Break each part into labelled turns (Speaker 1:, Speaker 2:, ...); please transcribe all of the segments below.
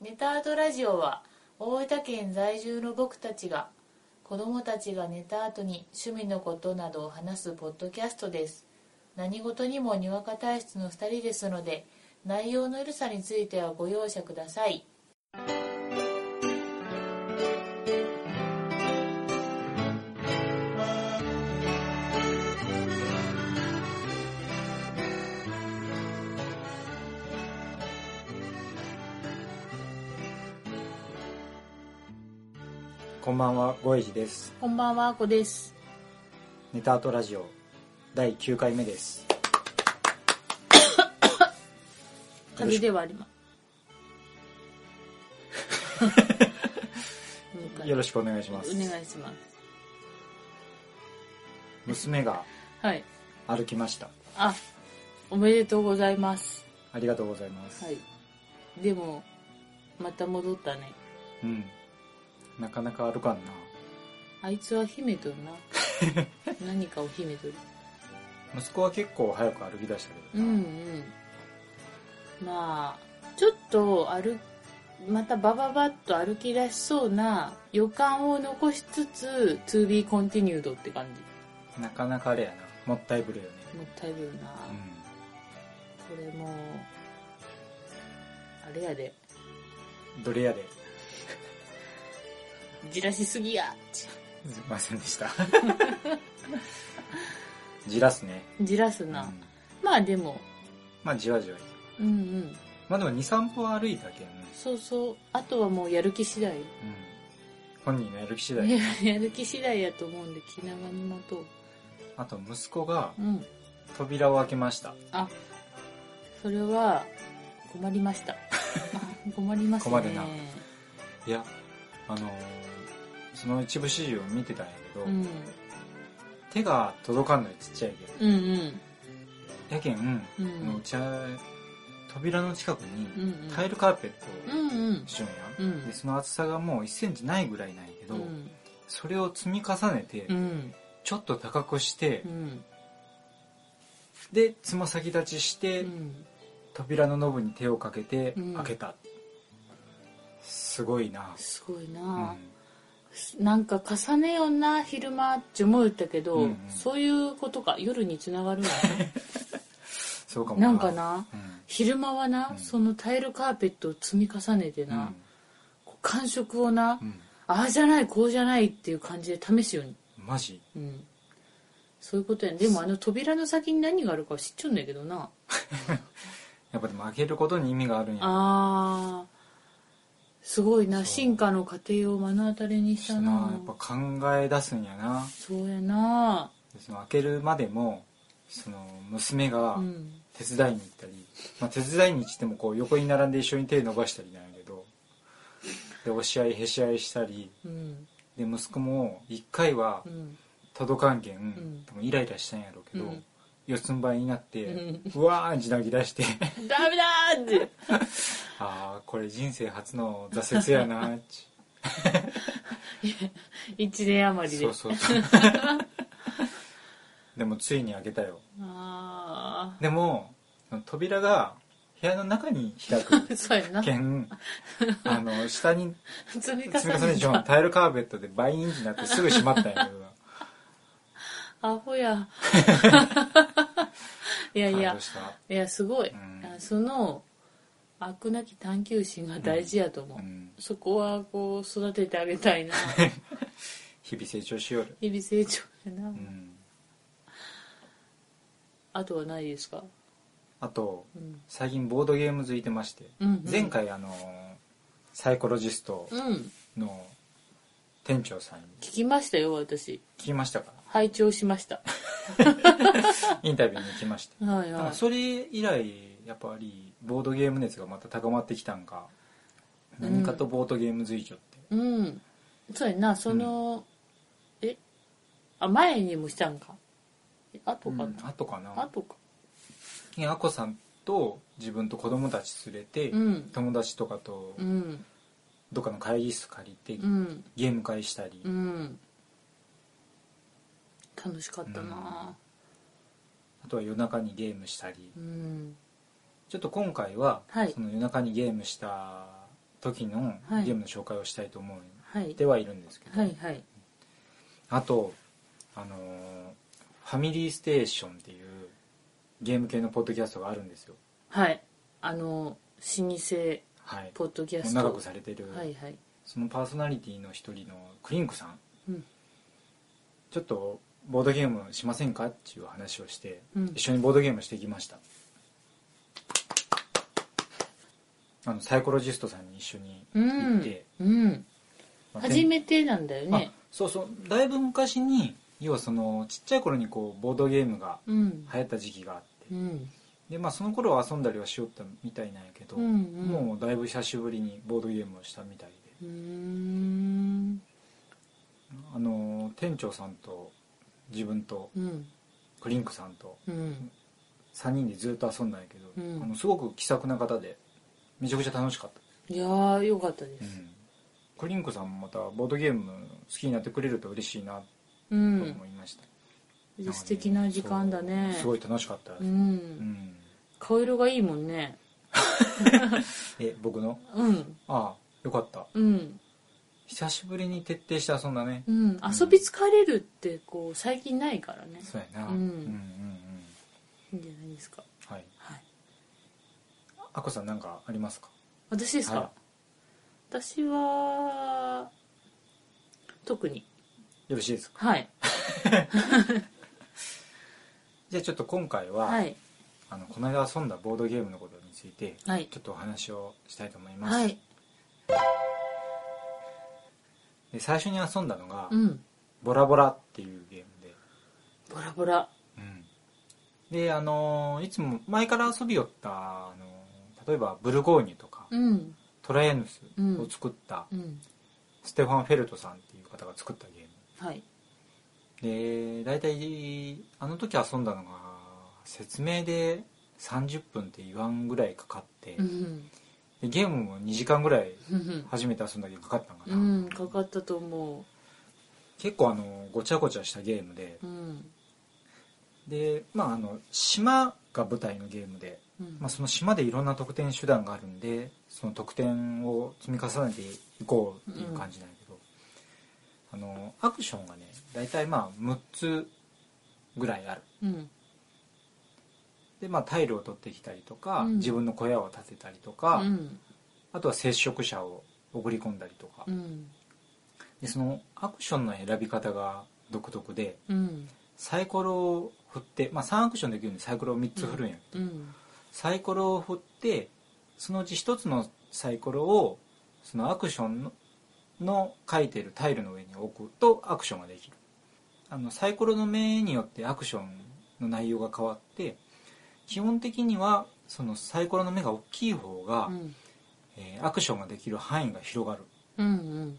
Speaker 1: ネタアートラジオは大分県在住の僕たちが子どもたちが寝た後に趣味のことなどを話すポッドキャストです何事にもにわか体質の2人ですので内容の緩さについてはご容赦ください
Speaker 2: こんばんは、ごえじです。
Speaker 1: こんばんはあこです
Speaker 2: ネタアートラジオ第9回目です。よろ
Speaker 1: 風
Speaker 2: しく
Speaker 1: ではあります
Speaker 2: よろしくお願いします。
Speaker 1: お願いします
Speaker 2: 娘が
Speaker 1: はい
Speaker 2: 歩きました。
Speaker 1: あおめでとうございます
Speaker 2: ありがとうございます。
Speaker 1: はいでもまた戻ったね
Speaker 2: うん。なかなか歩かんな。
Speaker 1: あいつは秘めとる な何かを秘めとる
Speaker 2: 息子は結構早く歩き出したけ
Speaker 1: う
Speaker 2: ど
Speaker 1: ん
Speaker 2: な。
Speaker 1: う。んまあちょっと歩またバババッと歩き出しそうな予感を残しつつ to be continued って感じ
Speaker 2: なかなかあれやな。もったいぶるよね。
Speaker 1: もったいぶるな、
Speaker 2: うん。
Speaker 1: これもうあれやで
Speaker 2: どれやで。
Speaker 1: じらしすぎや
Speaker 2: すいませんでした。じらすね。
Speaker 1: じらす
Speaker 2: う
Speaker 1: な、
Speaker 2: ん
Speaker 1: まあでも
Speaker 2: まあ、じわじわ。
Speaker 1: うんうん
Speaker 2: まあでも2、3歩歩いたけんね。
Speaker 1: そうそうあとはもうやる気次第
Speaker 2: うん。本人のやる気次第。
Speaker 1: ややる気次第やと思うんで気長に待とう
Speaker 2: あと、息子が
Speaker 1: うん
Speaker 2: 扉を開けました。
Speaker 1: あそれは困りま した困りますね
Speaker 2: 困るないや、あのーその一部始終を見てたんやけど、
Speaker 1: うん、
Speaker 2: 手が届かんのよ、ちっちゃいけ
Speaker 1: うんうん
Speaker 2: ど。やけん、
Speaker 1: うん
Speaker 2: あのうちは、扉の近く
Speaker 1: う
Speaker 2: に、
Speaker 1: んうん
Speaker 2: タイルカーペッ
Speaker 1: う
Speaker 2: トを
Speaker 1: んうん
Speaker 2: しよ
Speaker 1: う
Speaker 2: うんやん。で、その厚さがもう1センチないぐらいなんやけど、
Speaker 1: うん
Speaker 2: それを積み重ねて
Speaker 1: う、ん
Speaker 2: ちょっと高くして
Speaker 1: う、ん
Speaker 2: で、つま先立ちし
Speaker 1: う
Speaker 2: て、
Speaker 1: ん
Speaker 2: 扉のノブに手をかけて
Speaker 1: うん、
Speaker 2: 開けた。すごいな。
Speaker 1: すごいうな、
Speaker 2: ん
Speaker 1: なんか重ねよんな昼間って思ったけど、
Speaker 2: うんうん
Speaker 1: そういうことか夜につながるわね
Speaker 2: そうかも
Speaker 1: なんか。な
Speaker 2: うん
Speaker 1: 昼間はな、
Speaker 2: うん
Speaker 1: そのタイルカーペットを積み重ねてな、こう感触をな、
Speaker 2: うん。
Speaker 1: ああじゃないこうじゃないっていう感じで試すように
Speaker 2: うんマジ
Speaker 1: うんそういうことやねでもあの扉の先に何があるかは知っちゃうんだけどな
Speaker 2: やっぱでも開けることに意味があるんや
Speaker 1: あ
Speaker 2: な
Speaker 1: ーすごいな
Speaker 2: そう
Speaker 1: 進化の過程を目の当たりにし
Speaker 2: した
Speaker 1: た
Speaker 2: な
Speaker 1: な
Speaker 2: やっぱ考え出すんやな
Speaker 1: そうやな
Speaker 2: その開けるまでもその娘が
Speaker 1: うん
Speaker 2: 手伝いに行ったり、まあ、手伝いに行ってもこう横に並んで一緒に手伸ばしたりなんやけどで押し合いへし合いしたり
Speaker 1: うん
Speaker 2: で息子も一回は
Speaker 1: うん
Speaker 2: 届かんけん、
Speaker 1: ん
Speaker 2: 多分イライラしたんやろうけど、
Speaker 1: うん
Speaker 2: 四つん這いになって、
Speaker 1: う
Speaker 2: うわーんじなぎ出して
Speaker 1: ダメだーって
Speaker 2: ああこれ人生初の挫折やなーっち
Speaker 1: 一年余りで
Speaker 2: そうそうそう でもついに開けたよ
Speaker 1: あ
Speaker 2: でも扉が部屋の中に開 く
Speaker 1: あそうやな積
Speaker 2: 件あの下に
Speaker 1: み重
Speaker 2: 積み重ね
Speaker 1: ね
Speaker 2: て
Speaker 1: て
Speaker 2: しまうタイルカーペットで倍インチになってすぐ閉まったんやけど
Speaker 1: アホ やいやいや
Speaker 2: 感動した
Speaker 1: いやすごい、
Speaker 2: うん
Speaker 1: あその飽くなき探求心が大事やと思う、
Speaker 2: うん
Speaker 1: そこはこう育ててあげた いな
Speaker 2: 日々成長しよる、
Speaker 1: 日々成長やな、
Speaker 2: うん、
Speaker 1: あとはないですか、
Speaker 2: あと
Speaker 1: うん、
Speaker 2: 最近ボードゲーム付いてまして、
Speaker 1: うんうん
Speaker 2: 前回あのサイコロジスト
Speaker 1: うん
Speaker 2: の店長さんに
Speaker 1: 聞きましたよ私
Speaker 2: 聞きましたか
Speaker 1: 拝聴しました
Speaker 2: らインタビューに行きまして
Speaker 1: はい
Speaker 2: だか
Speaker 1: は
Speaker 2: らそれ以来やっぱりボードゲーム熱がまた高まってきたんか
Speaker 1: うん
Speaker 2: 何かとボードゲーム随所って、
Speaker 1: いうんそうやなその、えあ前にもしたんかえあとかな、
Speaker 2: うんあとかな
Speaker 1: あとか
Speaker 2: いやあこさんと自分と子供たち連れて、
Speaker 1: うん
Speaker 2: 友達とかと
Speaker 1: うん
Speaker 2: どっかの会議室借りて、
Speaker 1: うん
Speaker 2: ゲーム会したり、
Speaker 1: うん楽しかったな
Speaker 2: あとは夜中にゲームしたり
Speaker 1: うん、
Speaker 2: ちょっと今回は、
Speaker 1: はい
Speaker 2: その夜中にゲームした時の
Speaker 1: はい
Speaker 2: ゲームの紹介をしたいと思
Speaker 1: はい
Speaker 2: ってはいるんですけど、
Speaker 1: はいはい
Speaker 2: あとあのーファミリーステーションっていうゲーム系のポッドキャストがあるんですよ
Speaker 1: はいあの老舗
Speaker 2: はい
Speaker 1: ポッドキャ
Speaker 2: もう
Speaker 1: スト
Speaker 2: 長くされてる、
Speaker 1: はいはい
Speaker 2: そのパーソナリティの一人のクリンクさん
Speaker 1: うん
Speaker 2: ちょっとボードゲームしませんかっていう話をして、
Speaker 1: うん
Speaker 2: 一緒にボードゲームしてきましたあのサイコロジストさんに一緒に
Speaker 1: う
Speaker 2: 行っ
Speaker 1: ん
Speaker 2: て、
Speaker 1: うん、
Speaker 2: まあ
Speaker 1: 初めてなんだよ
Speaker 2: まあ
Speaker 1: ね
Speaker 2: そうそうだいぶ昔に要はそのちっちゃい頃にこうボードゲームが
Speaker 1: うん
Speaker 2: 流行った時期があって、
Speaker 1: うん
Speaker 2: でまあその頃は遊んだりはしよったみたいなんやけど、
Speaker 1: うんうん
Speaker 2: もうだいぶ久しぶりにボードゲームをしたみたいで
Speaker 1: うーん
Speaker 2: あの店長さんと自分と
Speaker 1: うん
Speaker 2: クリンクさんと
Speaker 1: うん
Speaker 2: 3人でずっと遊んだんやけど、
Speaker 1: うん
Speaker 2: あのすごく気さくな方でめちゃくちゃ楽しかった、
Speaker 1: いやーよかったです
Speaker 2: クリンクさんもまたボードゲーム好きになってくれると嬉しいな
Speaker 1: う
Speaker 2: と
Speaker 1: ん、
Speaker 2: 思いました、なんかね
Speaker 1: 素敵な時間だね
Speaker 2: そうすごい楽しかったです、
Speaker 1: う
Speaker 2: うんん
Speaker 1: 顔色がいいもんね
Speaker 2: え僕の
Speaker 1: うん
Speaker 2: ああよかった
Speaker 1: うん
Speaker 2: 久しぶりに徹底して遊んだね、
Speaker 1: うん遊び疲れるってこう最近ないからね
Speaker 2: そうやな、
Speaker 1: うん
Speaker 2: うんうん
Speaker 1: いいんじゃないですか
Speaker 2: うんはい
Speaker 1: はい
Speaker 2: あこさんなんかありますか
Speaker 1: 私ですか、
Speaker 2: はい
Speaker 1: 私は特に
Speaker 2: よろしいですか
Speaker 1: はい
Speaker 2: じゃあちょっと今回は、
Speaker 1: はい
Speaker 2: あのこの間遊んだボードゲームのことについて、
Speaker 1: はい
Speaker 2: ちょっとお話をしたいと思います、
Speaker 1: はい
Speaker 2: で最初に遊んだのが、
Speaker 1: うん
Speaker 2: ボラボラっていうゲームで、
Speaker 1: ボラボラ
Speaker 2: であのーいつも前から遊びよった、あのー例えばブルゴーニュとか、
Speaker 1: うん
Speaker 2: トライアヌスを作った、
Speaker 1: うん
Speaker 2: ステファン・フェルトさんっていう方が作ったゲーム
Speaker 1: はい
Speaker 2: で大体あの時遊んだのが説明で30分って言わんぐらいかかって、
Speaker 1: うん
Speaker 2: でゲームも2時間ぐらい
Speaker 1: うん
Speaker 2: 初めて遊んだけどかかったんか
Speaker 1: う
Speaker 2: な、
Speaker 1: んかかったと思
Speaker 2: 結構あのごちゃごちゃしたゲームで
Speaker 1: ううん
Speaker 2: でまああの島が舞台のゲームで、
Speaker 1: うん
Speaker 2: まあ、その島でいろんな得点手段があるんでその得点を積み重ねていこうっていう感じなんやけど、あのアクションがね大体まあ6つぐらいある
Speaker 1: うん
Speaker 2: で、まあ、タイルを取ってきたりとか、
Speaker 1: うん
Speaker 2: 自分の小屋を建てたりと
Speaker 1: う
Speaker 2: か、
Speaker 1: ん
Speaker 2: あとは接触者を送り込んだりとか、
Speaker 1: うん
Speaker 2: でそのアクションの選び方が独特で
Speaker 1: うん
Speaker 2: サイコロを振って、まあ、3アクションできるんでサイコロを3つ振るんや、
Speaker 1: うん
Speaker 2: サイコロを振ってそのうち1つのサイコロをそのアクションのの書いてるタイルの上に置くとアクションができるあのサイコロの目によってアクションの内容が変わって基本的にはそのサイコロの目が大きい方が、
Speaker 1: うん
Speaker 2: えーアクションができる範囲が広がる
Speaker 1: うん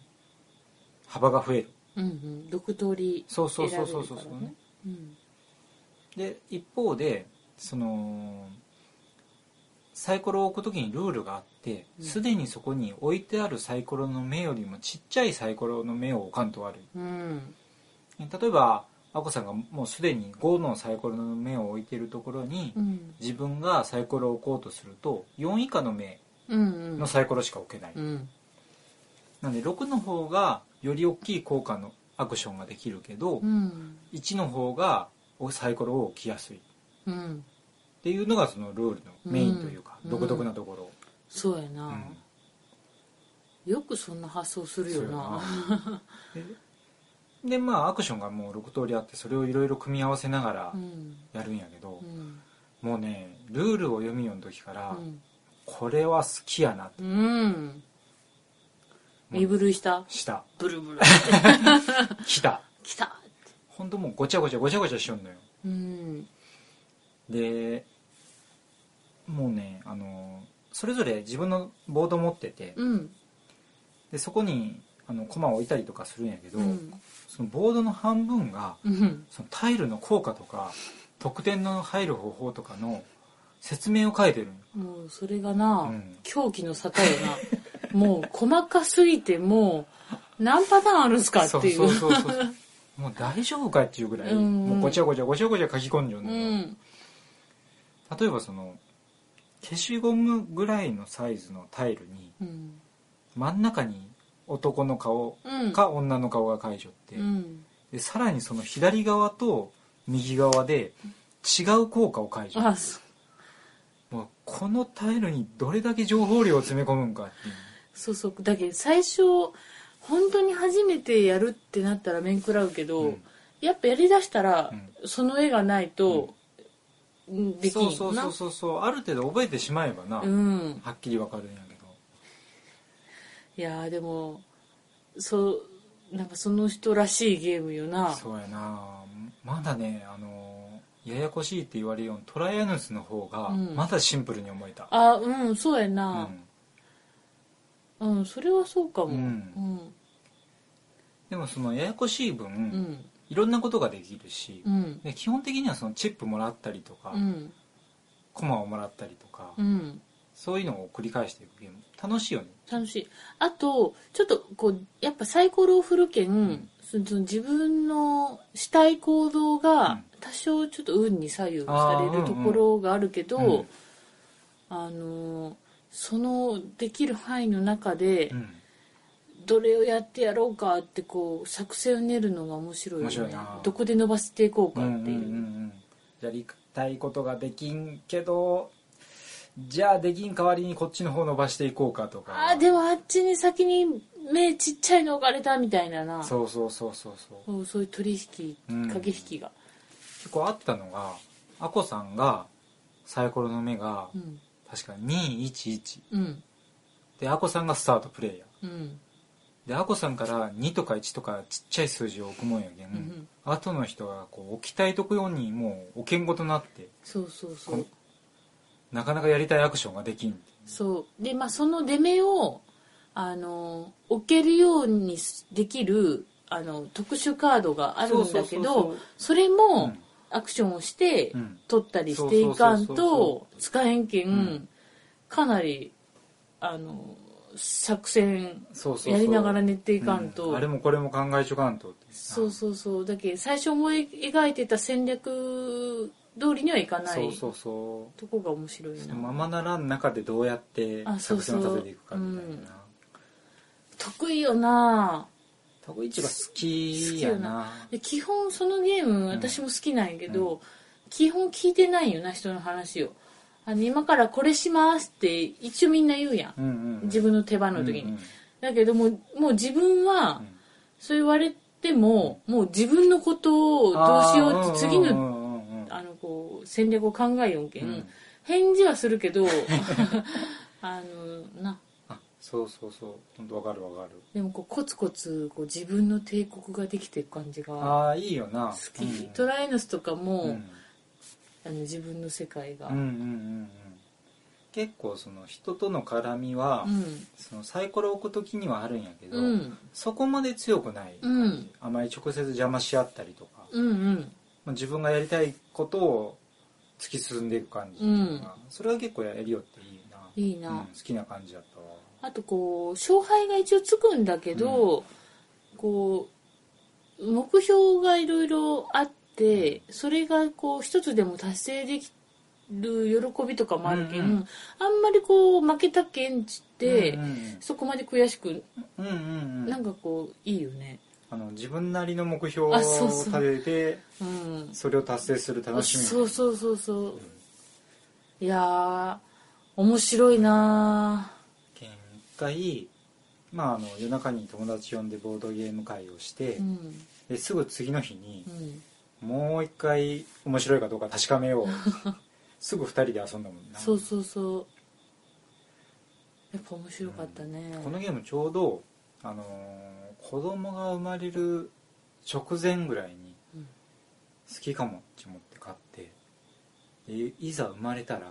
Speaker 2: 幅が増える
Speaker 1: うんうん六通り
Speaker 2: そうそ
Speaker 1: 選
Speaker 2: う
Speaker 1: べ
Speaker 2: そう
Speaker 1: る
Speaker 2: そうそう
Speaker 1: か
Speaker 2: そう
Speaker 1: らねうん
Speaker 2: で一方でそのサイコロを置く時にルールがあって
Speaker 1: うん
Speaker 2: すで、にそこに置いてあるサイコロの目よりもちっちゃいサイコロの目を置かんと悪い
Speaker 1: うん
Speaker 2: 例えばあこさんがもうすでに5のサイコロの目を置いてるところに、
Speaker 1: うん
Speaker 2: 自分がサイコロを置こうとすると4以下の目
Speaker 1: うんうん
Speaker 2: のサイコロしか置けない、
Speaker 1: うん
Speaker 2: なんで6の方がより大きい効果のアクションができるけど、
Speaker 1: うん
Speaker 2: 1の方がサイコロを置きやすいっ
Speaker 1: うん
Speaker 2: ていうのがそのルールのメインというか、
Speaker 1: うん
Speaker 2: 独特なところ、
Speaker 1: そうや
Speaker 2: う
Speaker 1: なんよくそんな発想するよな
Speaker 2: そうやなででまあアクションがもう6通りあってそれをいろいろ組み合わせながら
Speaker 1: うん
Speaker 2: やるんやけど
Speaker 1: う、ん
Speaker 2: もうねルールを読みよん時から、
Speaker 1: うん
Speaker 2: これは好きやなって
Speaker 1: うん身震いした
Speaker 2: した
Speaker 1: ブル ブルって
Speaker 2: 来た
Speaker 1: きたって
Speaker 2: ほんともうごちゃごちゃごちゃごちゃしよんのよ
Speaker 1: うん
Speaker 2: でもうねあのそれぞれ自分のボード持ってて、
Speaker 1: うん
Speaker 2: でそこにあの駒を置いたりとかするんやけど、
Speaker 1: うん
Speaker 2: そのボードの半分が
Speaker 1: うん
Speaker 2: そのタイルの効果とか得点の入る方法とかの説明を書いてるんよ
Speaker 1: もうそれがな、
Speaker 2: うん
Speaker 1: 狂気の沙汰よな もう細かすぎてもう何パターンあるんすかっていう
Speaker 2: そうそうそ うそうもう大丈夫かっていうぐらい、
Speaker 1: うんうん
Speaker 2: もうごちゃごちゃごちゃごちゃ書き込んじゃうの
Speaker 1: う
Speaker 2: よ、
Speaker 1: ん
Speaker 2: 例えばその消しゴムぐらいのサイズのタイルに
Speaker 1: うん
Speaker 2: 真ん中に男の顔
Speaker 1: うん
Speaker 2: か女の顔が解除って、
Speaker 1: うん
Speaker 2: でさらにその左側と右側で違う効果を解除
Speaker 1: あそ
Speaker 2: もうこのタイルにどれだけ情報量を詰め込むんかっていう
Speaker 1: そうそうだけど最初本当に初めてやるってなったら面食らうけど、
Speaker 2: うん
Speaker 1: やっぱやりだしたら、その絵がないと、うんできん
Speaker 2: そう
Speaker 1: よ
Speaker 2: そう
Speaker 1: な
Speaker 2: そうそうそうある程度覚えてしまえばな、
Speaker 1: うん
Speaker 2: はっきりわかるんやけど
Speaker 1: いやーでもそうなんかその人らしいゲームよな
Speaker 2: そうやなまだねあのややこしいって言われるようなトライアヌスの方が
Speaker 1: うん
Speaker 2: まだシンプルに思えた、
Speaker 1: あうんそうや
Speaker 2: うん
Speaker 1: なうん、それはそうかもう
Speaker 2: うんんでもそのややこしい分、
Speaker 1: うん
Speaker 2: いろんなことができるし、
Speaker 1: うん
Speaker 2: で基本的にはそのチップもらったりとか、
Speaker 1: うん
Speaker 2: コマをもらったりとか、
Speaker 1: うん
Speaker 2: そういうのを繰り返していくゲーム楽しいよね
Speaker 1: 楽しいあとちょっとこうやっぱサイコロを振るけん、
Speaker 2: ん
Speaker 1: そのその自分のしたい行動
Speaker 2: う
Speaker 1: が
Speaker 2: ん
Speaker 1: 多少ちょっと運に左右されるところがあるけど、
Speaker 2: うん
Speaker 1: あのーそのできる範囲の中で
Speaker 2: うん
Speaker 1: どれをやってやろうかってこう作戦を練るのが面白いよね
Speaker 2: 面白いな
Speaker 1: どこで伸ばしていこうか
Speaker 2: うんうんう
Speaker 1: っ
Speaker 2: ん
Speaker 1: ていう,、
Speaker 2: うんやりたいことができんけどじゃあできん代わりにこっちの方伸ばしていこうかとか
Speaker 1: ああでもあっちに先に目ちっちゃいの置かれたみたいなな
Speaker 2: そうそうそうそうそう
Speaker 1: そうそういう取引、
Speaker 2: うん
Speaker 1: 駆け引きが、
Speaker 2: 結構あったのがあこさんがサイコロの目が
Speaker 1: うん、
Speaker 2: 確か211
Speaker 1: うん
Speaker 2: であこさんがスタートプレイヤ
Speaker 1: うん
Speaker 2: ーであこさんから2とか1とかちっちゃい数字を置くもんやけん、
Speaker 1: うん
Speaker 2: 後の人がこう置きたいとこようにもう置けんごとなって
Speaker 1: そうそうそ
Speaker 2: こ
Speaker 1: うん
Speaker 2: なかなかやりたいアクションができん
Speaker 1: そうでまあその出目をあの置けるようにできるあの特殊カードがあるんだけ
Speaker 2: そうそうそうそ
Speaker 1: ど
Speaker 2: う
Speaker 1: それ
Speaker 2: う
Speaker 1: も
Speaker 2: ん
Speaker 1: アクションをして
Speaker 2: うん
Speaker 1: 取ったりしていかん
Speaker 2: そうそうそう
Speaker 1: と使えんけん
Speaker 2: ん
Speaker 1: かなりあの作戦
Speaker 2: そうそうそう
Speaker 1: やりながら練ってい
Speaker 2: うん
Speaker 1: かんと
Speaker 2: あれもこれも考えちょかんとって
Speaker 1: そうそうそうだけど最初思い描いてた戦略通りにはいかな
Speaker 2: そ
Speaker 1: いう
Speaker 2: そうそ
Speaker 1: とこが面白いうな
Speaker 2: ままならん中でどうやって
Speaker 1: あそうそ
Speaker 2: 作戦
Speaker 1: う
Speaker 2: を立てていくかみたいな
Speaker 1: 得意よな
Speaker 2: タコイチが好きやな
Speaker 1: で基本そのゲーム私も好きなんやけど、基本聞いてないよな人の話をあの今からこれしますって一応みんな言うやん、
Speaker 2: うんうん
Speaker 1: 自分の手番の時に、
Speaker 2: うんうん
Speaker 1: だけどもうもう自分は
Speaker 2: ん
Speaker 1: そう言われても、もう自分のことをどうしようって次
Speaker 2: あーう
Speaker 1: の
Speaker 2: んうんうんうん
Speaker 1: あのこう戦略を考えよんけん、
Speaker 2: うん
Speaker 1: 返事はするけ ど あのな
Speaker 2: あそうそうそう本当わかるわかる
Speaker 1: でもこうコツコツこう自分の帝国ができていく感じが
Speaker 2: ああいいよな
Speaker 1: 好き、
Speaker 2: うん
Speaker 1: トライアヌスとかも、
Speaker 2: うん
Speaker 1: あの自分の世界が、
Speaker 2: うんうんうんうん結構その人との絡みは、
Speaker 1: うん
Speaker 2: そのサイコロを置く時にはあるんやけど、
Speaker 1: うん
Speaker 2: そこまで強くない感じ、
Speaker 1: うん
Speaker 2: あまり直接邪魔し合ったりとか、
Speaker 1: うんうん
Speaker 2: まあ自分がやりたいことを突き進んでいく感じっていうのが、それは結構やりよっていいない
Speaker 1: いな、
Speaker 2: うん、好きな感じだったわ
Speaker 1: あとこう勝敗が一応つくんだけど、こう目標がいろいろあってそれがこう一つでも達成できる喜びとかもあるけん、
Speaker 2: うんう
Speaker 1: あんまりこう負けたけんちって、
Speaker 2: うん
Speaker 1: そこまで悔しく
Speaker 2: うんうんうんうん
Speaker 1: なんかこういいよね
Speaker 2: あの自分なりの目標を
Speaker 1: あそう
Speaker 2: 立
Speaker 1: そう
Speaker 2: てて
Speaker 1: うん
Speaker 2: それを達成する楽しみ
Speaker 1: そうそうそうそう、いやー面白いな
Speaker 2: 一回、まあ、あの夜中に友達呼んでボードゲーム会をして、
Speaker 1: ーうん
Speaker 2: ですぐ次の日に
Speaker 1: うん
Speaker 2: もう一回面白いかどうか確か めようすぐ二人で遊んだもんな
Speaker 1: そうそうそうやっぱ面白かったね、
Speaker 2: このゲームちょうど、あのー子供が生まれる直前ぐらいに
Speaker 1: うん
Speaker 2: 好きかもって思って買ってでいざ生まれたら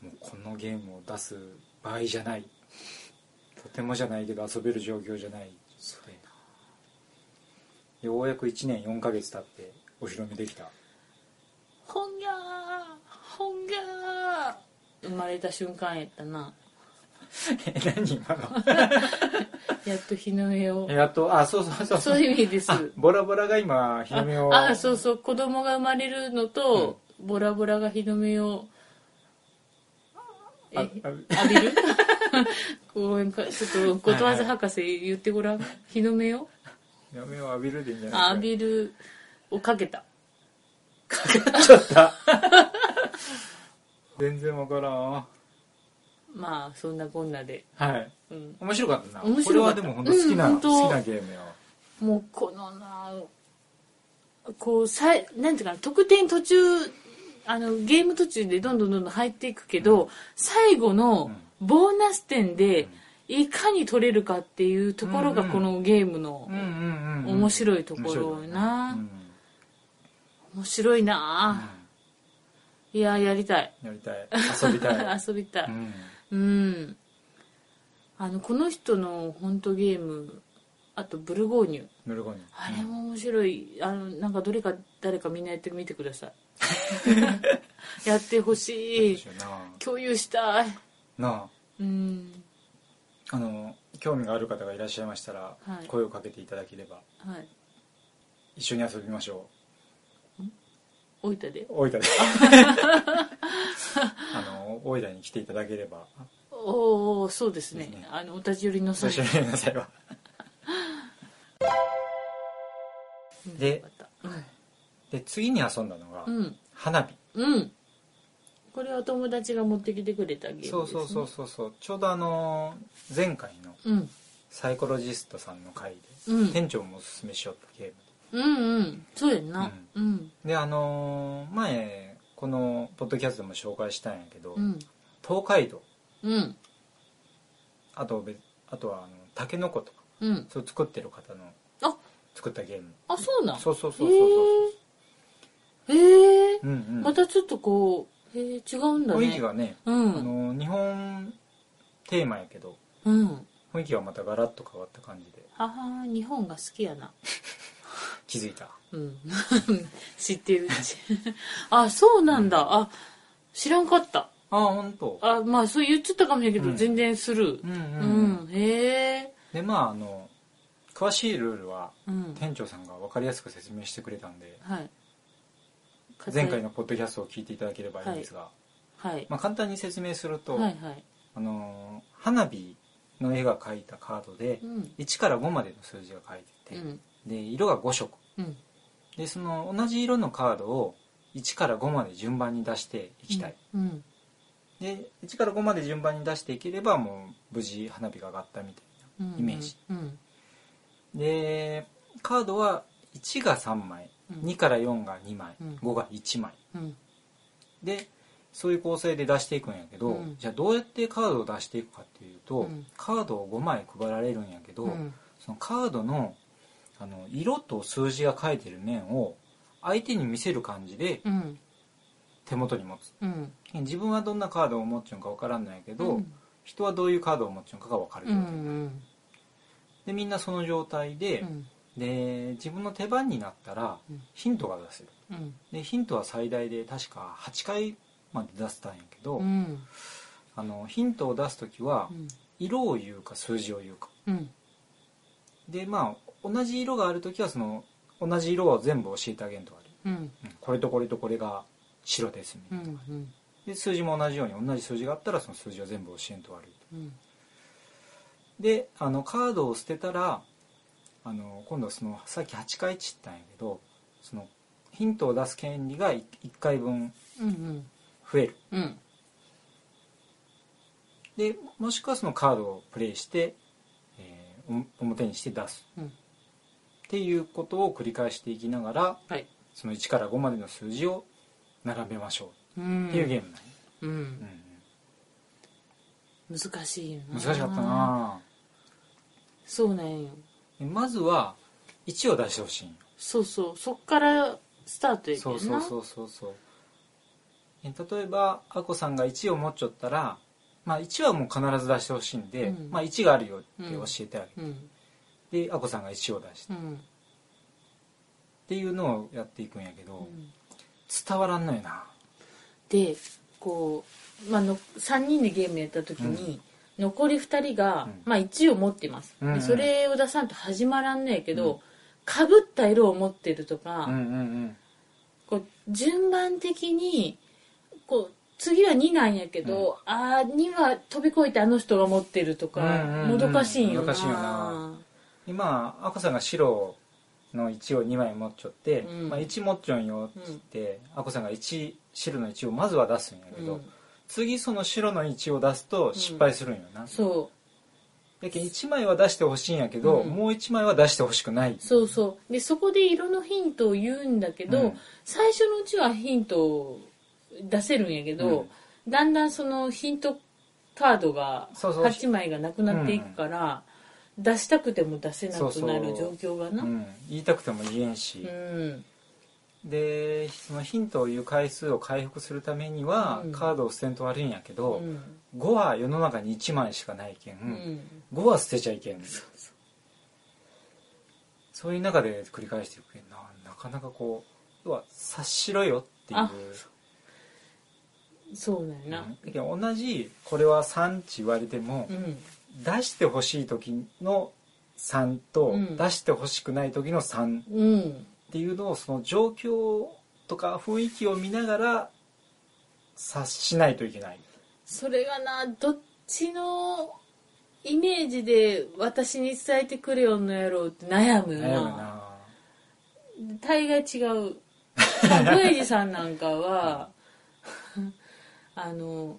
Speaker 2: もうこのゲームを出す場合じゃないとてもじゃないけど遊べる状況じゃないそうようやく1年4ヶ月経ってお披露目でき た
Speaker 1: ほんぎゃーほんぎゃー生まれた瞬間やったな
Speaker 2: え何今
Speaker 1: やっと日の目を
Speaker 2: のやっとあそうそうそう
Speaker 1: そういう意味です
Speaker 2: あボラボラが今日の目を
Speaker 1: ああそうそう子供が生まれるのと、ボラボラが日の目をえ
Speaker 2: あ
Speaker 1: 浴
Speaker 2: あ
Speaker 1: びる こうかちょっとことわざ博士言ってごらん日の目を
Speaker 2: やめを浴びるでいいんじ
Speaker 1: あ
Speaker 2: ゃない
Speaker 1: 浴びるをかけた
Speaker 2: かちょっ と全然わからん
Speaker 1: まあそんなこんなで、
Speaker 2: はい
Speaker 1: うん、
Speaker 2: 面白かったな
Speaker 1: 面
Speaker 2: これ
Speaker 1: 白か
Speaker 2: は
Speaker 1: った
Speaker 2: でも本当好きな、
Speaker 1: うん本当
Speaker 2: 好きなゲームよ
Speaker 1: もうこのなこうさいなんていうかな得点途中あのゲーム途中でどんどんどんどん入っていくけど、最後のボーナス点でいかに取れるかっていうところが
Speaker 2: うんうん
Speaker 1: このゲームの、
Speaker 2: うんうんうん、うん、
Speaker 1: 面白いところやな
Speaker 2: 面
Speaker 1: 面白
Speaker 2: 白いね
Speaker 1: い
Speaker 2: うん
Speaker 1: なあ、いややりたい
Speaker 2: うんやりたい遊びた い、
Speaker 1: 遊びたい、
Speaker 2: うん、
Speaker 1: うん。あの、この人の本当ゲーム、あとブルゴーニュ。
Speaker 2: ヌルゴニ
Speaker 1: あれも面白い。あの、なんかどれか誰かみんなやってみてくださ い。やってほしい。
Speaker 2: な
Speaker 1: 共有したい。
Speaker 2: な
Speaker 1: うん。
Speaker 2: ああの興味がある方がいらっしゃいましたら、
Speaker 1: はい
Speaker 2: 声をかけていただければ
Speaker 1: はい。
Speaker 2: 一緒に遊びましょ
Speaker 1: 置いたで
Speaker 2: う。大 分であの大分に来ていただければ
Speaker 1: おお、そうです
Speaker 2: です
Speaker 1: ね
Speaker 2: ね。
Speaker 1: あの、お立ち寄りの
Speaker 2: ご
Speaker 1: 際
Speaker 2: 一緒にやりなさいは
Speaker 1: うん
Speaker 2: で
Speaker 1: よかった
Speaker 2: で次に遊んだのが、
Speaker 1: うん。
Speaker 2: 花火
Speaker 1: うん。うん。これは友達が持ってきてくれたゲームです、ね。
Speaker 2: そうそうそうそうそうちょうどあの前回の
Speaker 1: うん。
Speaker 2: サイコロジストさんの回で、
Speaker 1: うん
Speaker 2: 店長もおすすめしよったゲーム
Speaker 1: うんうん。そうやんな。うん。
Speaker 2: であのー前このポッドキャストでも紹介したんやけど、
Speaker 1: うん。
Speaker 2: 東海道
Speaker 1: うん。
Speaker 2: あと別あとはあのタケノコとか
Speaker 1: うん。
Speaker 2: そう作ってる方の
Speaker 1: あ
Speaker 2: 作ったゲーム
Speaker 1: あ、そうなん
Speaker 2: そうそうそうそうそう
Speaker 1: へえ。へえ。
Speaker 2: うんうん
Speaker 1: またちょっとこう、へえ、違うんだね。
Speaker 2: 雰囲気。がね、
Speaker 1: う
Speaker 2: あ
Speaker 1: ん。
Speaker 2: のー日本テーマやけど
Speaker 1: うん。
Speaker 2: 雰囲気がまたガラッと変わった感じで
Speaker 1: ああ、日本が好きやな。
Speaker 2: 気づいた
Speaker 1: うん。 知ってる。 あ、そうなんだ。あ、知らんかった。
Speaker 2: ああ本当
Speaker 1: あ、まあ、そう言っちゃったかもしれんけど、
Speaker 2: うん
Speaker 1: 全然する
Speaker 2: う。んうん
Speaker 1: う、
Speaker 2: うん
Speaker 1: ん。へえ。
Speaker 2: でまああの詳しいルールは
Speaker 1: うん。
Speaker 2: 店長さんが分かりやすく説明してくれたんで
Speaker 1: はい。
Speaker 2: 前回のポッドキャストを聞いていただければいいんですが、
Speaker 1: はい。
Speaker 2: まあ、簡単に説明すると、
Speaker 1: はいはい。
Speaker 2: あのー花火の絵が描いたカードで
Speaker 1: うん。
Speaker 2: 1から5までの数字が書い
Speaker 1: う
Speaker 2: てて、
Speaker 1: ん。
Speaker 2: で色が5色
Speaker 1: うん。
Speaker 2: でその同じ色のカードを1から5まで順番に出していきたい、。
Speaker 1: うん。
Speaker 2: で1から5まで順番に出していければもう無事花火が上がったみたい
Speaker 1: うん。
Speaker 2: イメージ
Speaker 1: うん。
Speaker 2: なでカードは1が3枚
Speaker 1: うん。
Speaker 2: 2から4が2枚
Speaker 1: うん
Speaker 2: 5が1枚
Speaker 1: うん。
Speaker 2: でそういう構成で出していくんやけど、
Speaker 1: うん
Speaker 2: じゃあどうやってカードを出していくかっていうと、
Speaker 1: うん
Speaker 2: カードを5枚配られるんやけど、
Speaker 1: うん。
Speaker 2: そのカードのあの色と数字が書いてる面を相手に見せる感じで
Speaker 1: うん。
Speaker 2: 手元に持つ
Speaker 1: うん。
Speaker 2: 自分はどんなカードを持っちゅうんか分からんのやけど、
Speaker 1: うん
Speaker 2: 人はどういうカードを持っちゅうんかが分かる
Speaker 1: う
Speaker 2: 状
Speaker 1: んう
Speaker 2: 態、
Speaker 1: ん。
Speaker 2: でみんなその状態で,、で自分の手番になったら
Speaker 1: うん
Speaker 2: ヒントが出せる
Speaker 1: うん。
Speaker 2: でヒントは最大で確か8回まで出せたんやけど、
Speaker 1: うん。
Speaker 2: あのヒントを出す時は色を言うか数字を言うか
Speaker 1: うん。
Speaker 2: でまあ同じ色がある時はその同じ色を全部教えてあげんとかね
Speaker 1: うん。
Speaker 2: うんこれとこれとこれが白ですみ
Speaker 1: う
Speaker 2: たいな、
Speaker 1: ん。
Speaker 2: で数字も同じように同じ数字があったらその数字を全部教えんと悪いと
Speaker 1: うん。
Speaker 2: であのカードを捨てたらあの今度はそのさっき8回散ったんやけどそのヒントを出す権利が 1, 回分
Speaker 1: うん。
Speaker 2: 増える
Speaker 1: うん。
Speaker 2: でもしくはそのカードをプレイして、えーお表にして出す
Speaker 1: うん。
Speaker 2: っていうことを繰り返していきながら
Speaker 1: はい。
Speaker 2: その1から5までの数字を並べましょ
Speaker 1: う。
Speaker 2: うんっていうゲームなんや
Speaker 1: う。
Speaker 2: うんん
Speaker 1: 難しいよ
Speaker 2: うん難しかった。な
Speaker 1: そうなんよ。
Speaker 2: でまずは1を出してほしいんよ
Speaker 1: そうそう。そっからスタートやけど
Speaker 2: そう
Speaker 1: な。
Speaker 2: そうそうそうそうえ例えばあこさんが1を持っちゃったら、まあ、1はもう必ず出してほしいんで、
Speaker 1: うん
Speaker 2: まあ、1があるよって教えてあげ
Speaker 1: う。ん。
Speaker 2: る、であこさんが1を出して
Speaker 1: う
Speaker 2: っ
Speaker 1: ん。
Speaker 2: ていうのをやっていくんやけど、伝わらんのよな
Speaker 1: で、こう、まあの、3人でゲームやった時に、残り2人が、まあ1を持ってます。それを出さんと始まらんのやけど、かぶった色を持ってるとか、
Speaker 2: うんうん
Speaker 1: こう順番的にこう次は2なんやけど、ああ2は飛び越えてあの人が持ってるとか、
Speaker 2: うんうんうん
Speaker 1: もどかしいんよ
Speaker 2: もど
Speaker 1: な
Speaker 2: かしいよな今赤さんが白の1を2枚持っちょって、
Speaker 1: うん
Speaker 2: まあ、1持っちょんよっつって、あこさんが1白の1をまずは出すんやけど、
Speaker 1: うん
Speaker 2: 次その白の1を出すと失敗するんよな、
Speaker 1: そ
Speaker 2: だけど1枚は出してほしいんやけど、
Speaker 1: うん
Speaker 2: もう1枚は出してほしくないう
Speaker 1: そうそうでそこで色のヒントを言うんだけど、
Speaker 2: うん
Speaker 1: 最初のうちはヒントを出せるんやけど、だんだんそのヒントカードが
Speaker 2: そうそう
Speaker 1: 8枚がなくなっていくから出したくても出せなくなる状況が
Speaker 2: う
Speaker 1: なうん
Speaker 2: ん言いたくても言えんし、でそのヒントを言う回数を回復するためには、
Speaker 1: うん
Speaker 2: カードを捨てんと悪いんやけ
Speaker 1: う
Speaker 2: ど、
Speaker 1: ん
Speaker 2: 5は世の中に1枚しかないけん、
Speaker 1: うん
Speaker 2: 5は捨てちゃいけんそういう中で繰り返していくけんななかなかこう要は察しろよっていう
Speaker 1: あそうなんやな
Speaker 2: うんだけど同じこれは3値言われても、
Speaker 1: うん
Speaker 2: 出してほしい時の3と、
Speaker 1: うん
Speaker 2: 出してほしくない時の3っ
Speaker 1: うん
Speaker 2: ていうのをその状況とか雰囲気を見ながら察しないといけない。
Speaker 1: それがなどっちのイメージで私に伝えてくれよんのやろうって悩むよ
Speaker 2: 悩む
Speaker 1: な
Speaker 2: な
Speaker 1: 大概違う宮司さんなんかは あの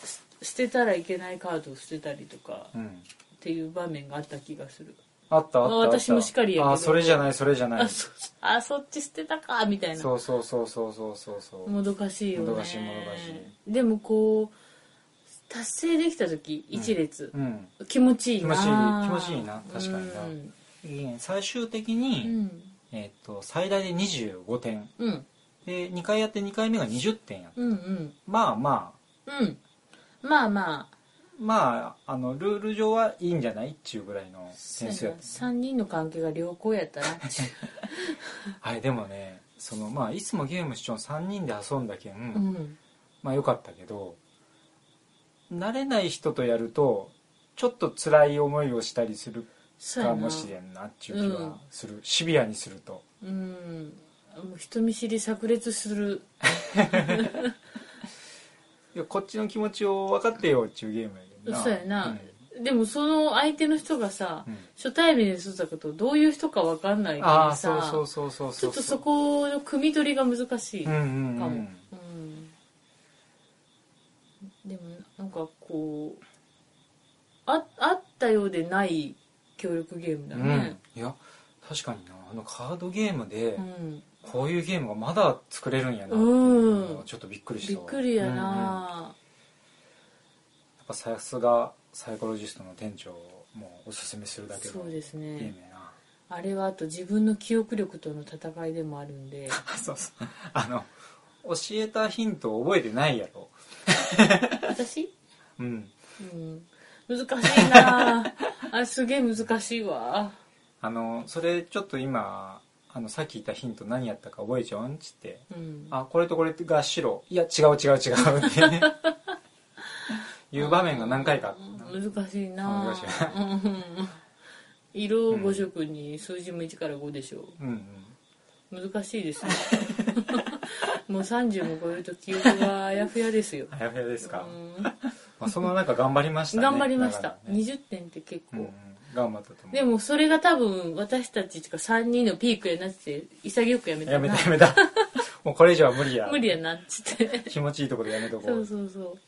Speaker 1: す捨てたらいけないカードを捨てたりとか
Speaker 2: うん。
Speaker 1: っていう場面があった気がする
Speaker 2: あったあったあった。
Speaker 1: 私もしかりやけど
Speaker 2: あ、それじゃないそれじゃない
Speaker 1: あ。そあそっち捨てたかみたいな
Speaker 2: そうそうそうそうそうそうそう。
Speaker 1: もどかしいよね
Speaker 2: もどかしいもどかしい
Speaker 1: でもこう達成できた時一列
Speaker 2: う、ん。
Speaker 1: 気持ちいいな
Speaker 2: 気持ちいい気持ちいいな確かにな
Speaker 1: うん
Speaker 2: 最終的
Speaker 1: う
Speaker 2: に、
Speaker 1: ん
Speaker 2: えっと最大で25点
Speaker 1: うん
Speaker 2: で2回やって2回目が20点やった、
Speaker 1: うんうん
Speaker 2: まあま
Speaker 1: うんまあまあ
Speaker 2: あまああのルール上はいいんじゃないっちゅうぐらいの点数やった
Speaker 1: 3人の関係が良好や ったな
Speaker 2: はいでもねそのまあいつもゲームしちょん3人で遊んだけん、
Speaker 1: うん
Speaker 2: まあよかったけど慣れない人とやるとちょっと辛い思いをしたりする
Speaker 1: そうや
Speaker 2: か
Speaker 1: な
Speaker 2: もしれんなっちゅう気はする、シビアにすると
Speaker 1: うんもう人見知り炸裂する
Speaker 2: いやこっちの気持ちを分かってよっちゅうゲームやけどな
Speaker 1: そうやな、でもその相手の人がさ、
Speaker 2: うん
Speaker 1: 初対面で育ったことどういう人か分かんない
Speaker 2: うん
Speaker 1: けど
Speaker 2: あ
Speaker 1: さ
Speaker 2: あそうそうそうそ
Speaker 1: ちょ
Speaker 2: う
Speaker 1: っとそこの汲み取りが難しい
Speaker 2: うん
Speaker 1: か
Speaker 2: うん
Speaker 1: も、
Speaker 2: う
Speaker 1: うん
Speaker 2: ん
Speaker 1: でもなんかこうああったようでない協力ゲームだね
Speaker 2: うん、いや確かになあのカードゲームで
Speaker 1: うん、
Speaker 2: こういうゲームがまだ作れるんやなっていうのはちょっとびっくりし
Speaker 1: びった
Speaker 2: わ
Speaker 1: くりや
Speaker 2: うんうんや
Speaker 1: な、
Speaker 2: っぱさすがサイコロジストの店長もおすすめするだけの
Speaker 1: そうです
Speaker 2: ゲー
Speaker 1: ね
Speaker 2: ムやな
Speaker 1: あれはあと自分の記憶力との戦いでもあるん で
Speaker 2: そうそうあの教えたヒントを覚えてないやろ
Speaker 1: 私、
Speaker 2: うん
Speaker 1: うん、難しい なあれすげえ難しいわ
Speaker 2: あのそれちょっと今あのさっき言ったヒント何やったか覚えちゃうんっつって
Speaker 1: うん
Speaker 2: あこれとこれが白いや違う違う違うっ てねいう場面が何回かあったな
Speaker 1: 難しいな
Speaker 2: 難しい
Speaker 1: うん色5色に数字も1から5でしょ
Speaker 2: うんうん
Speaker 1: 難しいですねもう30も超えると記憶があやふやですよ
Speaker 2: あやふやですか、
Speaker 1: うん
Speaker 2: まあ、その中頑張りましたね
Speaker 1: 頑張りました、
Speaker 2: だからね
Speaker 1: 20点って結
Speaker 2: う
Speaker 1: 構、
Speaker 2: んうん頑張ったと思う
Speaker 1: でもそれが多分私たちとか3人のピークやなって潔くやめたな
Speaker 2: やめたや めたもうこれ以上は無理や
Speaker 1: 無理やなっつって
Speaker 2: 気持ちいいところでやめとこう
Speaker 1: そうそう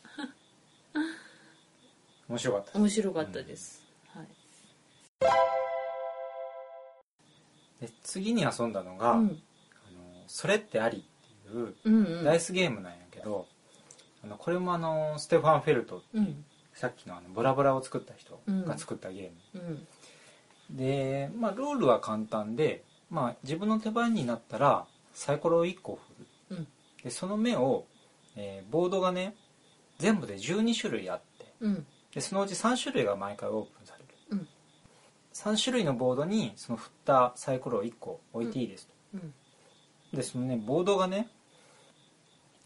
Speaker 1: そ
Speaker 2: 面白かった
Speaker 1: う面白かったです、はい
Speaker 2: で次に遊んだのが、
Speaker 1: うん、
Speaker 2: あの「それってあり」っていう
Speaker 1: うんう
Speaker 2: ダ
Speaker 1: ん
Speaker 2: イスゲームなんやけど、あのこれもあのステファン・フェルト
Speaker 1: うん
Speaker 2: さっきのあのボラボラを作った人が作ったゲーム、
Speaker 1: うん
Speaker 2: で、まあ、ルールは簡単で、まあ、自分の手番になったらサイコロを1個振る
Speaker 1: うん
Speaker 2: でその目を、えーボードがね全部で12種類あって
Speaker 1: うん
Speaker 2: でそのうち3種類が毎回オープンされる、
Speaker 1: うん
Speaker 2: 3種類のボードにその振ったサイコロを1個置いていいですと、
Speaker 1: うん
Speaker 2: でそのねボードがね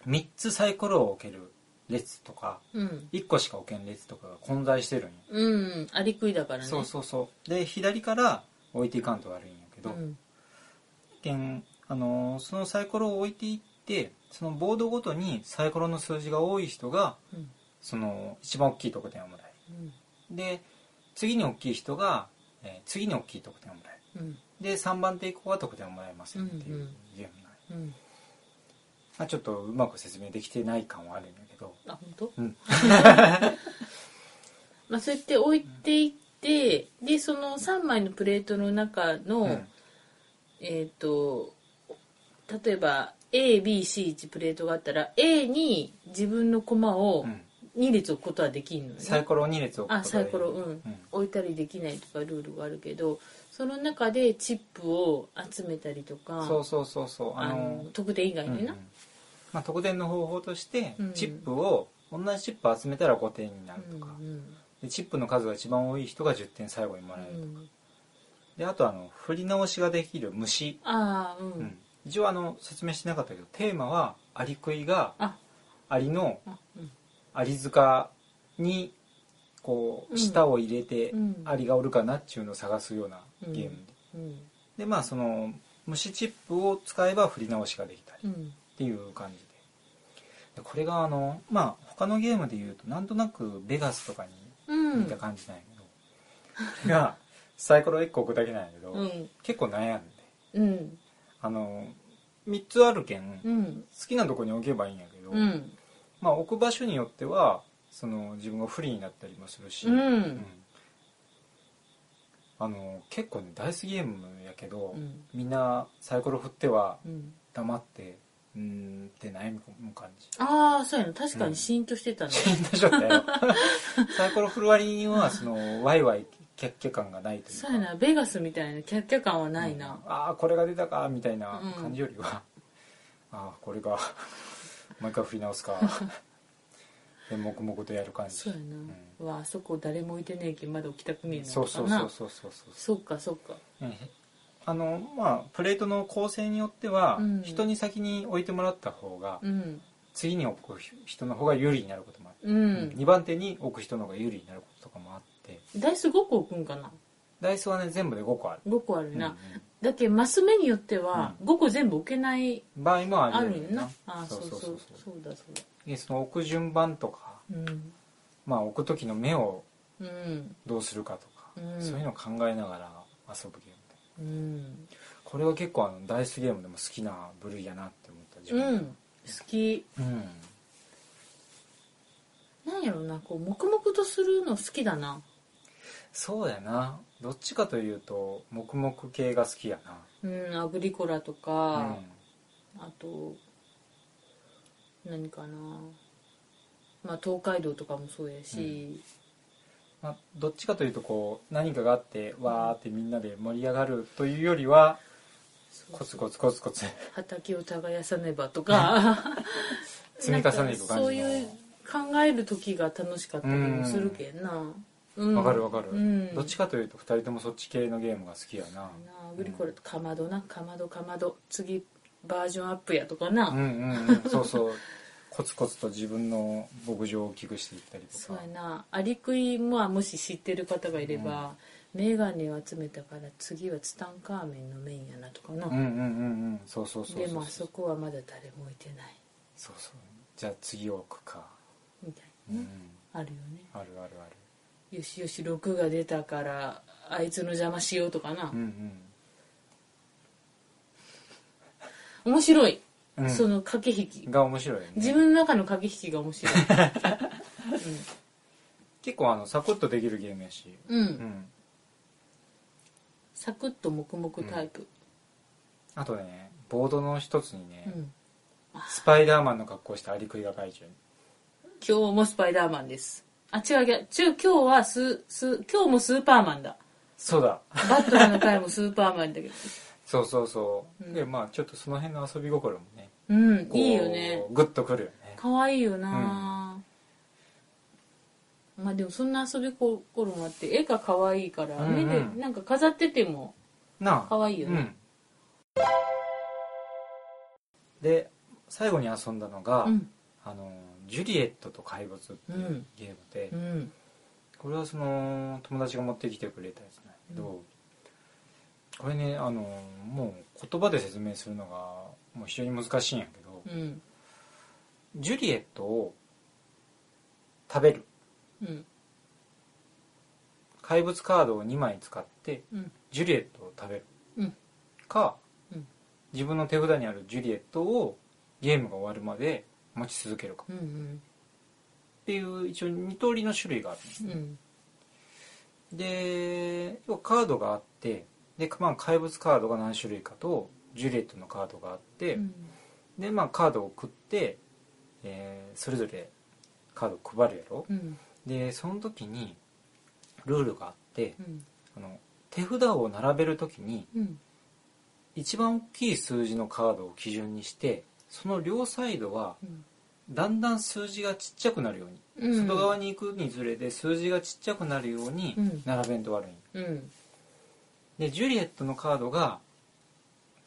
Speaker 2: 3つサイコロを置ける列とか
Speaker 1: うん
Speaker 2: 1個しか置けん列とかが混在してるんよ、
Speaker 1: うんありくいだからね
Speaker 2: そうそうそうで左から置いていかんと悪いんやけど、
Speaker 1: うん
Speaker 2: けんあのーそのサイコロを置いていってそのボードごとにサイコロの数字が多い人が
Speaker 1: うん
Speaker 2: その一番大きい得点をもらえ
Speaker 1: うん
Speaker 2: るで次に大きい人が、えー次に大きい得点をもらえる
Speaker 1: うん
Speaker 2: で3番手以降は得点をもらえますよってい
Speaker 1: んう
Speaker 2: うんゲームなんで
Speaker 1: うん
Speaker 2: まあ、ちょっとうまく説明できてない感はあるんだけど
Speaker 1: あ本当？
Speaker 2: うん
Speaker 1: まあそうやって置いていってでその3枚のプレートの中の、
Speaker 2: うん
Speaker 1: えっ、と例えば ABC1 プレートがあったら A に自分の駒を
Speaker 2: うん
Speaker 1: 2列置くことはできるのね、
Speaker 2: サイコロを2列置くこと
Speaker 1: あサイコロ
Speaker 2: が
Speaker 1: う
Speaker 2: できる
Speaker 1: ん、置いたりできないとかルールがあるけどその中でチップを集めたりとか
Speaker 2: そうそうそうそう
Speaker 1: あ
Speaker 2: あの
Speaker 1: の得点以外
Speaker 2: うん
Speaker 1: に
Speaker 2: う
Speaker 1: な、
Speaker 2: んまあ、得点の方法として
Speaker 1: うん
Speaker 2: チップを同じチップ集めたら5点になる
Speaker 1: う
Speaker 2: と
Speaker 1: ん
Speaker 2: か、でチップの数が一番多い人が10点最後にも
Speaker 1: う
Speaker 2: らえる、
Speaker 1: ん
Speaker 2: であとあの振り直しができる虫、
Speaker 1: ああうん、
Speaker 2: うん一応あの説明してなかったけどテーマはアリクイが
Speaker 1: あ
Speaker 2: アリの
Speaker 1: あうん
Speaker 2: アリ塚にこ
Speaker 1: う
Speaker 2: うん舌を入れて
Speaker 1: うん
Speaker 2: アリがおるかなっちゅうのを探すような
Speaker 1: うん
Speaker 2: ゲームで、
Speaker 1: うん
Speaker 2: でまあその虫チップを使えば振り直しができた
Speaker 1: う
Speaker 2: り
Speaker 1: ん
Speaker 2: っていう感じででこれがあのまあ他のゲームでいうとなんとなくベガスとかに
Speaker 1: うん
Speaker 2: 似た感じなんやけど、これ がサイコロ1個置くだけなんやけど、
Speaker 1: うん
Speaker 2: 結構悩んで
Speaker 1: うん
Speaker 2: あの3つあるけん好
Speaker 1: うん
Speaker 2: きなとこに置けばいいんやけど、
Speaker 1: うん
Speaker 2: まあ置く場所によってはその自分が不利になったりもするし、
Speaker 1: うん
Speaker 2: あの結構ねダイスゲームやけど、
Speaker 1: うん
Speaker 2: みんなサイコロ振っては
Speaker 1: うん
Speaker 2: 黙ってうーんって悩み込む感じ
Speaker 1: ああそうやな確かにシーンとしてたの、
Speaker 2: 死んだ状態よ サイコロ振る割にはそのワイワイキャッキャ感がないというか
Speaker 1: そうやなベガスみたいなキャッキャ感はないな、
Speaker 2: うんああこれが出たかみたいな感じよりは、ああこれが もう一回振り直す かで黙々とやる感じ
Speaker 1: そうやな、うわあそこ誰もいてねえけんまだ起きたくねえなとか
Speaker 2: そ
Speaker 1: な
Speaker 2: うそうそうそうそうそう
Speaker 1: そうかそうか
Speaker 2: うんあのまあプレートの構成によっては、
Speaker 1: うん
Speaker 2: 人に先に置いてもらった方が、
Speaker 1: うん
Speaker 2: 次に置く人の方が有利になることもある、
Speaker 1: う、
Speaker 2: うん2番手に置く人の方が有利になることとかもあって
Speaker 1: ダイス5個置くんかな
Speaker 2: ダイスはね全部で5個ある、
Speaker 1: 5個ある
Speaker 2: うん
Speaker 1: な、
Speaker 2: うん
Speaker 1: だけどマス目によっては
Speaker 2: う
Speaker 1: 5個全部置けない、
Speaker 2: 場合もあ
Speaker 1: あ
Speaker 2: る
Speaker 1: る
Speaker 2: よ
Speaker 1: んや
Speaker 2: ね
Speaker 1: なああ
Speaker 2: そ
Speaker 1: そうう
Speaker 2: そ
Speaker 1: そうう
Speaker 2: そ
Speaker 1: そうう
Speaker 2: そ
Speaker 1: だそうだ
Speaker 2: でその置く順番とか、
Speaker 1: うん
Speaker 2: まあ、置く時の目を
Speaker 1: うん
Speaker 2: どうするかとか、
Speaker 1: うん
Speaker 2: そういうのを考えながら遊ぶゲームで
Speaker 1: うん、
Speaker 2: これは結構あのダイスゲームでも好きな部類やなって思った自
Speaker 1: うん、
Speaker 2: 分
Speaker 1: 好き
Speaker 2: でうん、
Speaker 1: なんやろなこう黙々とするの好きだな
Speaker 2: そうやなどっちかというと黙々系が好きや
Speaker 1: うんアグリコラと
Speaker 2: な
Speaker 1: か、あと何かなまあ東海道とかもそうやし、
Speaker 2: まあ、どっちかというとこう何かがあってわーってみんなで盛り上がるというよりは
Speaker 1: そう
Speaker 2: コツコツコツコツ
Speaker 1: 畑を耕さねばとか
Speaker 2: 積み重ねていく感
Speaker 1: な
Speaker 2: じの
Speaker 1: んかそういう考える時が楽しかったりもするけんなうん
Speaker 2: わかるわかる、
Speaker 1: うん、
Speaker 2: どっちかというと2人ともそっち系のゲームが好きやな
Speaker 1: なあグリコラとかまどなかまどかまど次バージョンアップやとかな、
Speaker 2: うんうんうんそうそう コツコツと自分の牧場を大きくしていったりと
Speaker 1: そう
Speaker 2: か
Speaker 1: やなアリクイもはもし知ってる方がいれば、メガネを集めたから次はツタンカーメンの面やなとかな、
Speaker 2: うんうんうんうんそうそうそう
Speaker 1: でもあ
Speaker 2: そ
Speaker 1: そうこはまだ誰もいてない
Speaker 2: そうそうじゃあ次を置くか
Speaker 1: みたいうな、
Speaker 2: ん
Speaker 1: あるよね
Speaker 2: あるあるある
Speaker 1: よしよし6が出たからあいつの邪魔しようとかな
Speaker 2: う、ん
Speaker 1: 面白い、
Speaker 2: うんうん
Speaker 1: その駆け引き
Speaker 2: が面白いよね
Speaker 1: 自分の中の駆け引きが面白い
Speaker 2: 結構あのサクッとできるゲームやし
Speaker 1: うん、うん
Speaker 2: うん
Speaker 1: サクッと黙々タイプ、
Speaker 2: あとねボードの一つに
Speaker 1: う
Speaker 2: ね
Speaker 1: ん
Speaker 2: スパイダーマンの格好をしたアリクイが怪獣
Speaker 1: 今日もスパイダーマンですあ違う違う違う今日はスス今日もスーパーマンだ
Speaker 2: そうだ
Speaker 1: バットマンの回もスーパーマンだけど
Speaker 2: そうそうそう、
Speaker 1: うん
Speaker 2: でまあちょっとその辺の遊び心もね
Speaker 1: うん
Speaker 2: こう
Speaker 1: いいよね
Speaker 2: グッとくるよね
Speaker 1: 可愛いよな、まあでもそんな遊び心もあって絵が可愛いから、
Speaker 2: うんうん
Speaker 1: 目でなんか飾ってても
Speaker 2: なあ
Speaker 1: 可愛いよね
Speaker 2: うん、で最後に遊んだのが、
Speaker 1: うん
Speaker 2: あのジュリエットと怪物」っていううんゲームで、
Speaker 1: うん
Speaker 2: これはその友達が持ってきてくれたやつなんだけど、これねあのもう言葉で説明するのがもう非常に難しいんやけど、
Speaker 1: うん
Speaker 2: ジュリエットを食べる
Speaker 1: うん
Speaker 2: 怪物カードを2枚使って
Speaker 1: うん
Speaker 2: ジュリエットを食べる、
Speaker 1: うん
Speaker 2: か、
Speaker 1: うん
Speaker 2: 自分の手札にあるジュリエットをゲームが終わるまで持ち続けるかっ
Speaker 1: うん
Speaker 2: ていう一応2通りの種類があるんです
Speaker 1: うんうん
Speaker 2: で要はカードがあってで、まあ、怪物カードが何種類かとジュリエットのカードがあって、で、まあ、カードを送って、えーそれぞれカードを配るやろ、
Speaker 1: うん
Speaker 2: でその時にルールがあって
Speaker 1: うん
Speaker 2: あの手札を並べる時に
Speaker 1: うん
Speaker 2: 一番大きい数字のカードを基準にしてその両サイドはだんだん数字がちっちゃくなるように、
Speaker 1: うん
Speaker 2: 外側に行くにつれて数字がちっちゃくなるように
Speaker 1: うん
Speaker 2: 並べんと悪いんよ
Speaker 1: うん
Speaker 2: でジュリエットのカードが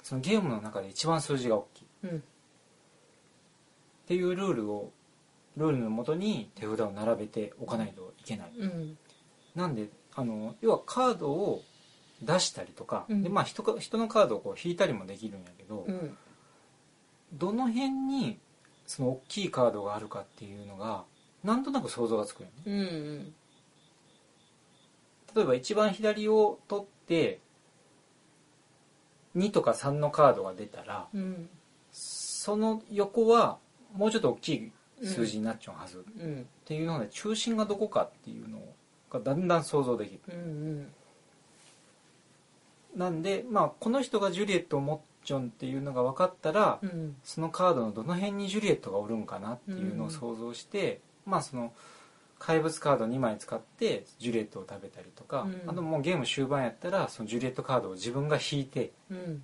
Speaker 2: そのゲームの中で一番数字が大きいっ
Speaker 1: うん
Speaker 2: ていうルールをルールのもとに手札を並べておかないといけない
Speaker 1: うん
Speaker 2: なんであの要はカードを出したりとか、
Speaker 1: うん
Speaker 2: でまあ、人か人のカードをこう引いたりもできるんやけど、
Speaker 1: うん
Speaker 2: どの辺にその大きいカードがあるかっていうのがなんとなく想像がつくよね
Speaker 1: うん
Speaker 2: 例えば一番左を取って2とか3のカードが出たら
Speaker 1: うん
Speaker 2: その横はもうちょっと大きい数字になっちゃうはず、っ
Speaker 1: うん
Speaker 2: ていうので中心がどこかっていうのがだんだん想像できる
Speaker 1: うん
Speaker 2: なんで、まあ、この人がジュリエットを持っちょんっていうのが分かったら、
Speaker 1: うん
Speaker 2: そのカードのどの辺にジュリエットがおるんかなっていうのを想像して、まあその怪物カード2枚使ってジュリエットを食べたりとか、
Speaker 1: うん
Speaker 2: あともうゲーム終盤やったらそのジュリエットカードを自分が引いて
Speaker 1: うん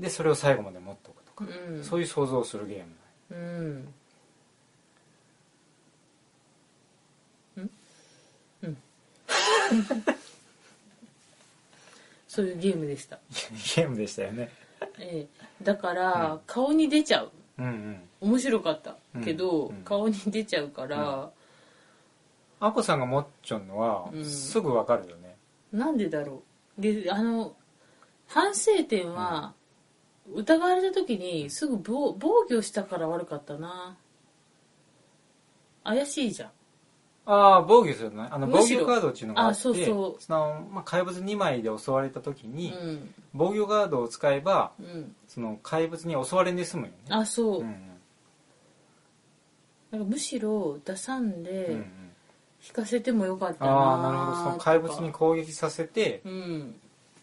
Speaker 2: でそれを最後まで持っておくとか、
Speaker 1: うん
Speaker 2: そういう想像をするゲーム
Speaker 1: うんうんうんそういうゲームでした、
Speaker 2: ゲームでしたよね
Speaker 1: ええ、だから、
Speaker 2: うん
Speaker 1: 顔に出ちゃう
Speaker 2: うんうん
Speaker 1: 面白かったけど、
Speaker 2: うんうん
Speaker 1: 顔に出ちゃうから、
Speaker 2: あこさんが持っちょんのは
Speaker 1: うん
Speaker 2: すぐ分かるよね、
Speaker 1: なんでだろうであの反省点は、疑われた時にすぐ防防御したから悪かったな怪しいじゃん
Speaker 2: ああ防御するのねあの防
Speaker 1: むしろ
Speaker 2: 御カードっていうのがあって
Speaker 1: あそうそう
Speaker 2: の、まあ、怪物2枚で襲われた時
Speaker 1: う
Speaker 2: に、
Speaker 1: ん
Speaker 2: 防御カードを使えば
Speaker 1: うん
Speaker 2: その怪物に襲われんで済むよね
Speaker 1: あそう、
Speaker 2: うん
Speaker 1: なんかむしろ出さんで
Speaker 2: うんうんうん
Speaker 1: 引かせてもよかったな
Speaker 2: ああなるほどその怪物に
Speaker 1: とか
Speaker 2: 攻撃させて
Speaker 1: うん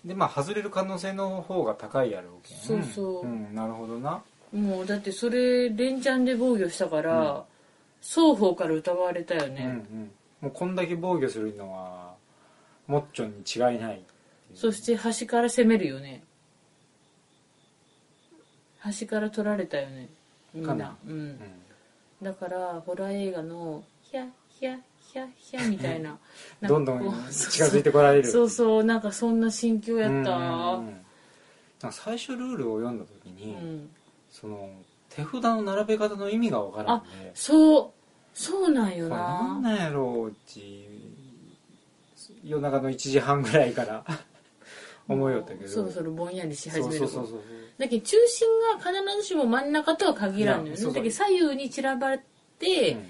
Speaker 2: でまあ外れる可能性の方が高いやろうけん
Speaker 1: そうそう
Speaker 2: うん、なるほどな
Speaker 1: もうだってそれ連チャンで防御したから、
Speaker 2: うん
Speaker 1: 双方から疑われたよ
Speaker 2: うんう
Speaker 1: ね、
Speaker 2: んもうこんだけ防御するのはモッチョンに違いない
Speaker 1: そして端から攻めるよね端から取られたよねみん
Speaker 2: か
Speaker 1: な
Speaker 2: な、
Speaker 1: うん
Speaker 2: うん
Speaker 1: だからホラー映画のヒャヒャヒャヒャみたいななんかこう
Speaker 2: どんどん
Speaker 1: そう
Speaker 2: 近づいてこられる
Speaker 1: そうそうなんかそんな心境や
Speaker 2: うんうんうん
Speaker 1: った
Speaker 2: なんか最初ルールを読んだ時
Speaker 1: う
Speaker 2: に、
Speaker 1: ん
Speaker 2: その手札の並べ方の意味がわからんで
Speaker 1: そうそうなんよ
Speaker 2: これなん
Speaker 1: な
Speaker 2: なんやろうって夜中の1時半ぐらいから思いよったけど
Speaker 1: そろそろぼんやりし始
Speaker 2: そう
Speaker 1: め
Speaker 2: そ
Speaker 1: る
Speaker 2: うそうそう
Speaker 1: だけど中心が必ずしも真ん中とは限らんのよ
Speaker 2: いや
Speaker 1: ね
Speaker 2: そう
Speaker 1: だ
Speaker 2: そう
Speaker 1: けど左右に散らばっ
Speaker 2: う
Speaker 1: て、
Speaker 2: ん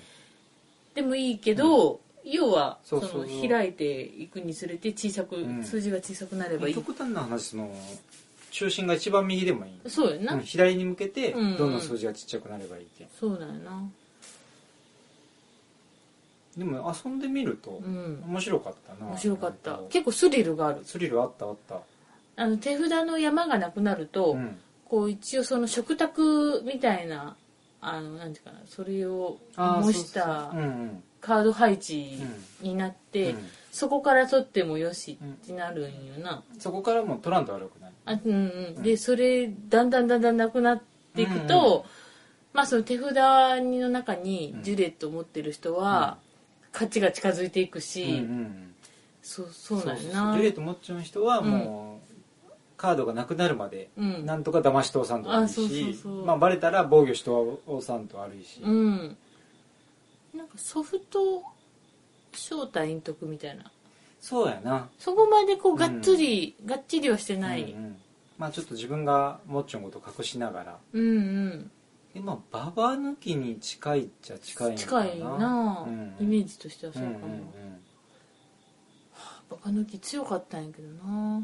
Speaker 1: でもいいけど、要は
Speaker 2: そ
Speaker 1: そう
Speaker 2: そう
Speaker 1: の開いていくにつれて小さく、
Speaker 2: うん
Speaker 1: 数字が小さくなればいい、
Speaker 2: 極端な話その中心が一番右でもいい、
Speaker 1: そうやな、
Speaker 2: うん左に向けて
Speaker 1: うんうん
Speaker 2: どんどん数字がちっちゃくなればいいけん、
Speaker 1: そうだよな
Speaker 2: でも遊んでみると
Speaker 1: うん
Speaker 2: 面白かったな
Speaker 1: 面白かった
Speaker 2: なん
Speaker 1: 結構スリルがある
Speaker 2: スリルあったあった
Speaker 1: あの手札の山がなくなると、
Speaker 2: うん
Speaker 1: こう一応その食卓みたいなあのなんていうかなそれを
Speaker 2: あー
Speaker 1: 模し
Speaker 2: そう
Speaker 1: た
Speaker 2: そううん
Speaker 1: カード配置になっ
Speaker 2: うん
Speaker 1: て、
Speaker 2: うん
Speaker 1: そこから取ってもよしってなるんよな、
Speaker 2: そこからもう取らんと悪くない
Speaker 1: あうんうん、でそれだんだんだんだんなくなっていくと、
Speaker 2: うんうん
Speaker 1: まあその手札の中にジュレットを持ってる人は、勝ちが近づいていくし、
Speaker 2: うんうんうん
Speaker 1: そうそうなんや
Speaker 2: そうそう
Speaker 1: な
Speaker 2: ジュレット持っちゃう人はもう、カードがなくなるまで、
Speaker 1: うん
Speaker 2: なんとか騙し通さんとあるし
Speaker 1: あそうそうそう
Speaker 2: まあ、バレたら防御し通さんとあるし、
Speaker 1: うんなんかソフト招待陰徳みたいな
Speaker 2: そうやな
Speaker 1: そこまでこうがっつり、がっちりはしてない、
Speaker 2: うんうんまあ、ちょっと自分がもっちょんこと隠しながら
Speaker 1: うん、うん
Speaker 2: でまあババ抜きに近いっちゃ近いのかな
Speaker 1: 近いな、
Speaker 2: うん
Speaker 1: イメージとしてはそううんかも、
Speaker 2: うんうん
Speaker 1: ババ抜き強かったんやけどな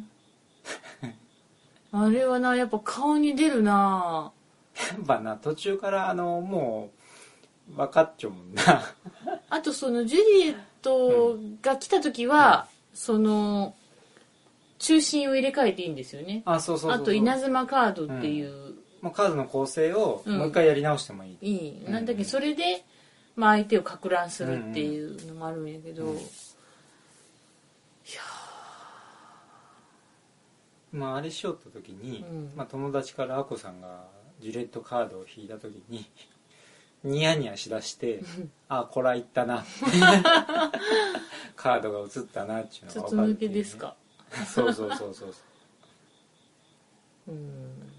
Speaker 1: あれはなやっぱ顔に出るな
Speaker 2: やっぱな途中からあのもう分かっちゃうも んな
Speaker 1: あとそのジュリエットが来た時は、その中心を入れ替えていいんですよね
Speaker 2: あそうそうそう
Speaker 1: あと稲妻カードっていう、
Speaker 2: もうカードの構成を
Speaker 1: うん
Speaker 2: もう一回やり直してもいい、
Speaker 1: いい
Speaker 2: うん
Speaker 1: なんだっけそれで、まあ、相手をか乱するっていうのもあるんやけど、
Speaker 2: うんまああれしよった時に、
Speaker 1: うん
Speaker 2: まあ、友達からあこさんがジュレットカードを引いた時 にニヤニヤしだしてあこらいっ たなカードが映ったなっていうのが分
Speaker 1: 筒
Speaker 2: かる
Speaker 1: 抜
Speaker 2: って
Speaker 1: け
Speaker 2: いうね
Speaker 1: ですか、
Speaker 2: そうそうそうそうそ
Speaker 1: う
Speaker 2: う
Speaker 1: ん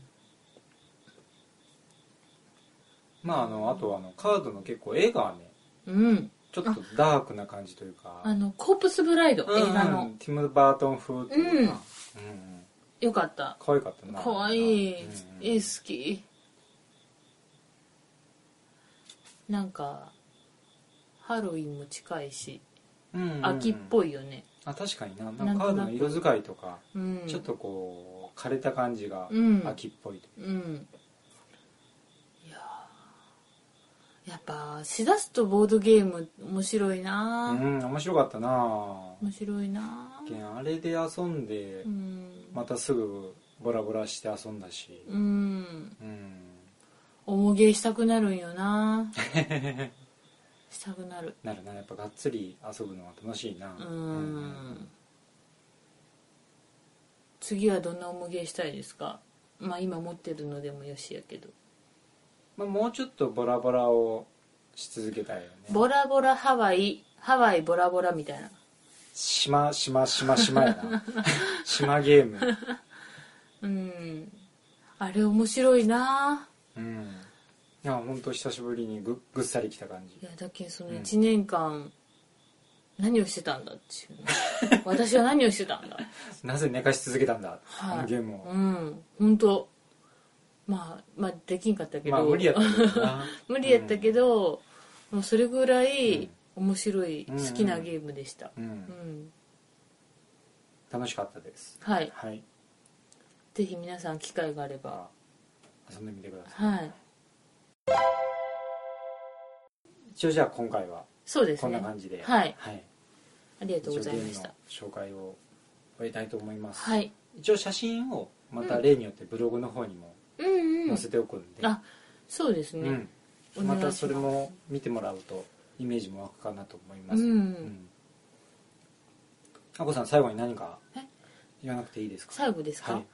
Speaker 2: まああのあとはあのカードの結構絵がね
Speaker 1: うん、
Speaker 2: ちょっとダークな感じというか
Speaker 1: あのコープスブライド
Speaker 2: うん
Speaker 1: 映画
Speaker 2: う
Speaker 1: の
Speaker 2: んティム・バートン風っていうか、うんうん
Speaker 1: よかった
Speaker 2: 可愛かったな
Speaker 1: かわいい
Speaker 2: うん
Speaker 1: 絵好きなんかハロウィンも近いし
Speaker 2: うんうんうん
Speaker 1: 秋っぽいよね
Speaker 2: あ確かにな
Speaker 1: な
Speaker 2: なんん
Speaker 1: と
Speaker 2: か
Speaker 1: なく
Speaker 2: カードの色使いとか、
Speaker 1: うん
Speaker 2: ちょっとこう枯れた感じが
Speaker 1: うん
Speaker 2: 秋っぽいと
Speaker 1: うんいやーやっぱしだすとボードゲーム面白いな
Speaker 2: う
Speaker 1: ー、
Speaker 2: ん面白かったな
Speaker 1: 面白いなー
Speaker 2: けんあれで遊んで、
Speaker 1: うん、
Speaker 2: またすぐボラボラして遊んだし
Speaker 1: うん、
Speaker 2: うん
Speaker 1: 重げしたくなるんよなー したくなる
Speaker 2: なるなやっぱがっつり遊ぶのは楽しいな
Speaker 1: う
Speaker 2: うん
Speaker 1: ん次はどんな重げしたいですかまあ今持ってるのでもよしやけど
Speaker 2: まあ、もうちょっとボラボラをし続けたいよね
Speaker 1: ボラボラハワイハワイボラボラみたいな
Speaker 2: 島島島島や な島ゲーム
Speaker 1: うんあれ面白いな
Speaker 2: うんいや本当久しぶりにぐぐっさり来た感じ
Speaker 1: いやだけどその
Speaker 2: うん
Speaker 1: 1年間何をしてたんだっていう ね私は何をしてたんだ
Speaker 2: なぜ寝かし続けたんだ、
Speaker 1: はい
Speaker 2: あのゲームを、
Speaker 1: うん本当まあまあできんかったけど、
Speaker 2: まあ無理やったけどな
Speaker 1: 無理やったけど、もうそれぐらい面白い、
Speaker 2: うん
Speaker 1: 好きなゲームでした、
Speaker 2: うん、う
Speaker 1: うん
Speaker 2: ん楽しかったです
Speaker 1: はい
Speaker 2: はい
Speaker 1: ぜひ皆さん機会があれば
Speaker 2: 遊んでみてください
Speaker 1: はい
Speaker 2: 一応じゃあ今回は
Speaker 1: そうです
Speaker 2: こん
Speaker 1: ね
Speaker 2: な感じで
Speaker 1: はい
Speaker 2: はい、
Speaker 1: ありがとうご
Speaker 2: 一応ゲ
Speaker 1: ざいまし
Speaker 2: ー
Speaker 1: た
Speaker 2: ムの紹介を終えたいと思います、
Speaker 1: はい
Speaker 2: 一応写真をまた例によってブログの方にも
Speaker 1: うんう
Speaker 2: 載
Speaker 1: ん
Speaker 2: せておくんで、
Speaker 1: あそうですね、
Speaker 2: う
Speaker 1: お
Speaker 2: ん、ま
Speaker 1: 願いします
Speaker 2: たそれも見てもらうとイメージも湧くかなと思います
Speaker 1: うん
Speaker 2: んあこさん最後に何か
Speaker 1: え
Speaker 2: 言わなくていいですか
Speaker 1: 最後ですか、
Speaker 2: はい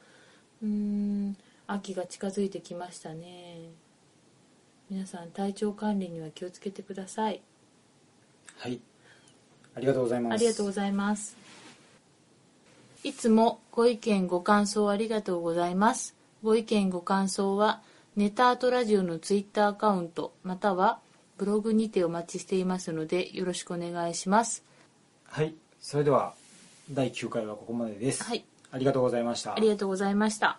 Speaker 2: う
Speaker 1: ーん秋が近づいてきましたね皆さん体調管理には気をつけてください
Speaker 2: はいありがとうございます
Speaker 1: ありがとうご
Speaker 2: ざい
Speaker 1: ざいますいつもご意見ご感想ありがとうございますご意見ご感想はネタアートラジオのツイッターアカウントまたはブログにてお待ちしていますのでよろしくお願いします
Speaker 2: ますはいそれでは第9回はここまでです、
Speaker 1: はい
Speaker 2: ありがとうございました
Speaker 1: ありがとうございました